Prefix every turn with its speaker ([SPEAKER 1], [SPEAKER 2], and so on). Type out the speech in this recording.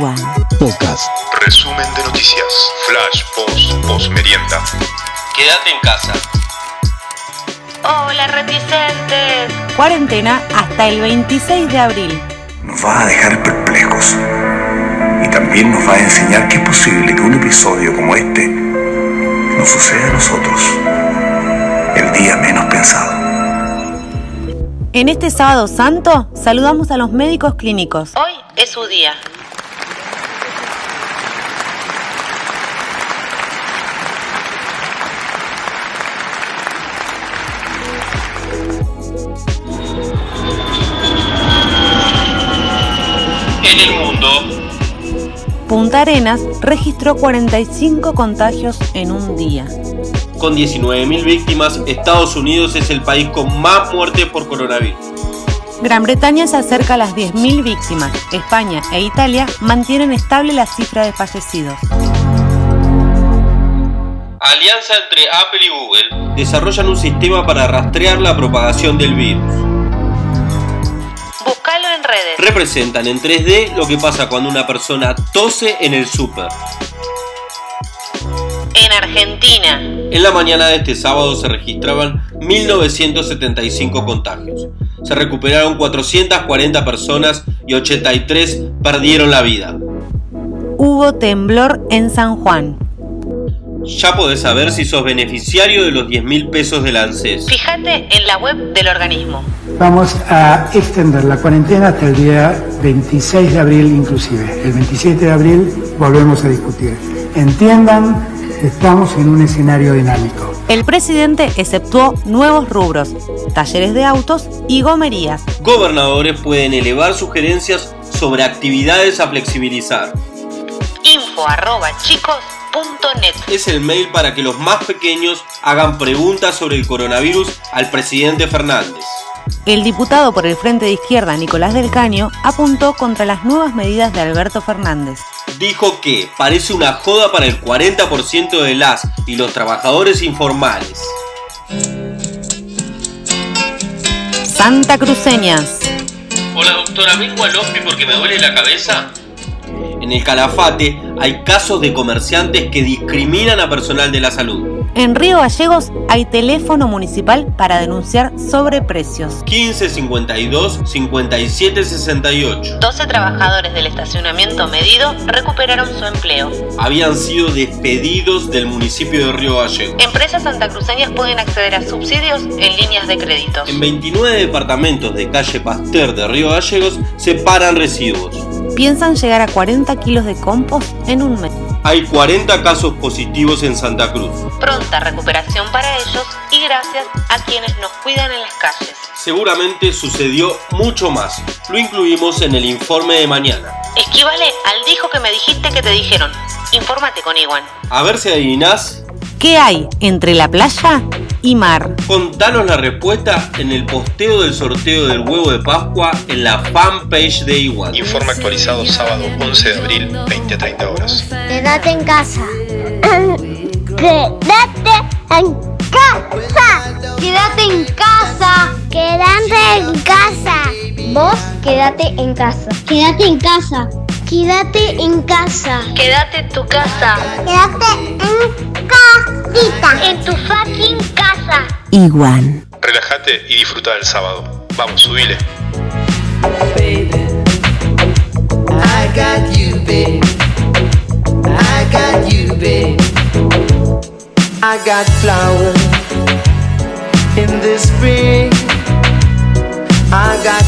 [SPEAKER 1] One. Podcast.
[SPEAKER 2] Resumen de noticias. Flash, post, post merienda.
[SPEAKER 3] Quédate en casa.
[SPEAKER 4] Hola, reticentes.
[SPEAKER 1] Cuarentena hasta el 26 de abril.
[SPEAKER 5] Nos va a dejar perplejos. Y también nos va a enseñar que es posible que un episodio como este nos suceda a nosotros el día menos pensado.
[SPEAKER 1] En este sábado santo saludamos a los médicos clínicos.
[SPEAKER 4] Hoy es su día.
[SPEAKER 3] En el mundo,
[SPEAKER 1] Punta Arenas registró 45 contagios en un día.
[SPEAKER 3] con 19.000 víctimas, Estados Unidos es el país con más muertes por coronavirus.
[SPEAKER 1] Gran Bretaña se acerca a las 10.000 víctimas. España e Italia mantienen estable la cifra de fallecidos.
[SPEAKER 3] Alianza entre Apple y Google desarrollan un sistema para rastrear la propagación del virus.
[SPEAKER 4] Búscalo en redes.
[SPEAKER 3] Representan en 3D lo que pasa cuando una persona tose en el súper.
[SPEAKER 4] En Argentina.
[SPEAKER 3] En la mañana de este sábado se registraban 1.975 contagios. Se recuperaron 440 personas y 83 perdieron la vida.
[SPEAKER 1] Hubo temblor en San Juan.
[SPEAKER 3] Ya podés saber si sos beneficiario de los 10 mil pesos del ANSES.
[SPEAKER 4] Fíjate en la web del organismo.
[SPEAKER 6] Vamos a extender la cuarentena hasta el día 26 de abril inclusive. El 27 de abril volvemos a discutir. Entiendan, estamos en un escenario dinámico.
[SPEAKER 1] El presidente exceptuó nuevos rubros, talleres de autos y gomerías.
[SPEAKER 3] Gobernadores pueden elevar sugerencias sobre actividades a flexibilizar.
[SPEAKER 4] Info arroba chicos punto net.
[SPEAKER 3] Es el mail para que los más pequeños hagan preguntas sobre el coronavirus al presidente Fernández.
[SPEAKER 1] El diputado por el Frente de Izquierda, Nicolás del Caño, apuntó contra las nuevas medidas de Alberto Fernández.
[SPEAKER 3] Dijo que parece una joda para el 40% de las y los trabajadores informales.
[SPEAKER 1] Santa Cruceñas.
[SPEAKER 3] Hola doctora, vengo al hospital porque me duele la cabeza. En el Calafate hay casos de comerciantes que discriminan a personal de la salud.
[SPEAKER 1] En Río Gallegos hay teléfono municipal para denunciar sobreprecios.
[SPEAKER 3] 15 52 57 68
[SPEAKER 4] 12 trabajadores del estacionamiento medido recuperaron su empleo.
[SPEAKER 3] habían sido despedidos del municipio de Río Gallegos.
[SPEAKER 4] Empresas santacruceñas pueden acceder a subsidios en líneas de créditos.
[SPEAKER 3] En 29 departamentos de calle Pasteur de Río Gallegos se paran residuos.
[SPEAKER 1] Piensan llegar a 40 kilos de compost en un mes.
[SPEAKER 3] Hay 40 casos positivos en Santa Cruz.
[SPEAKER 4] Pronta recuperación para ellos y gracias a quienes nos cuidan en las calles.
[SPEAKER 3] Seguramente sucedió mucho más. Lo incluimos en el informe de mañana.
[SPEAKER 4] Esquivale al dijo que me dijiste que te dijeron. Infórmate con Iwan.
[SPEAKER 3] A ver si adivinás
[SPEAKER 1] ¿Qué hay entre la playa y mar?
[SPEAKER 3] Contanos la respuesta en el posteo del sorteo del huevo de Pascua en la fanpage de Iwan.
[SPEAKER 2] Informe actualizado sábado 11 de abril, 20 a 30 horas.
[SPEAKER 7] Quédate en casa. Quédate en casa. Quédate en casa. Quédate en casa. Vos quédate en casa. Quédate en casa. Quédate en casa.
[SPEAKER 4] Quédate en tu casa.
[SPEAKER 7] Quédate en casita. En tu fucking casa.
[SPEAKER 1] Iguan.
[SPEAKER 2] Relájate y disfruta del sábado. Vamos, subile.
[SPEAKER 8] baby. I got you, babe. I got you, babe. I got flowers in the spring. I got